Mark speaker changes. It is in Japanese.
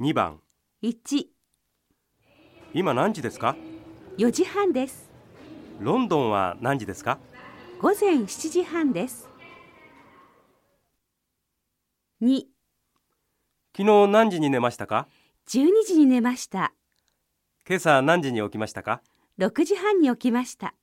Speaker 1: 2番
Speaker 2: 1、
Speaker 1: 今何時ですか
Speaker 2: 4時半です。
Speaker 1: ロンドンは何時ですか
Speaker 2: 午前7時半です。2、
Speaker 1: 昨日何時に寝ましたか
Speaker 2: 12時に寝ました。
Speaker 1: 今朝何時に起きましたか
Speaker 2: 6時半に起きました。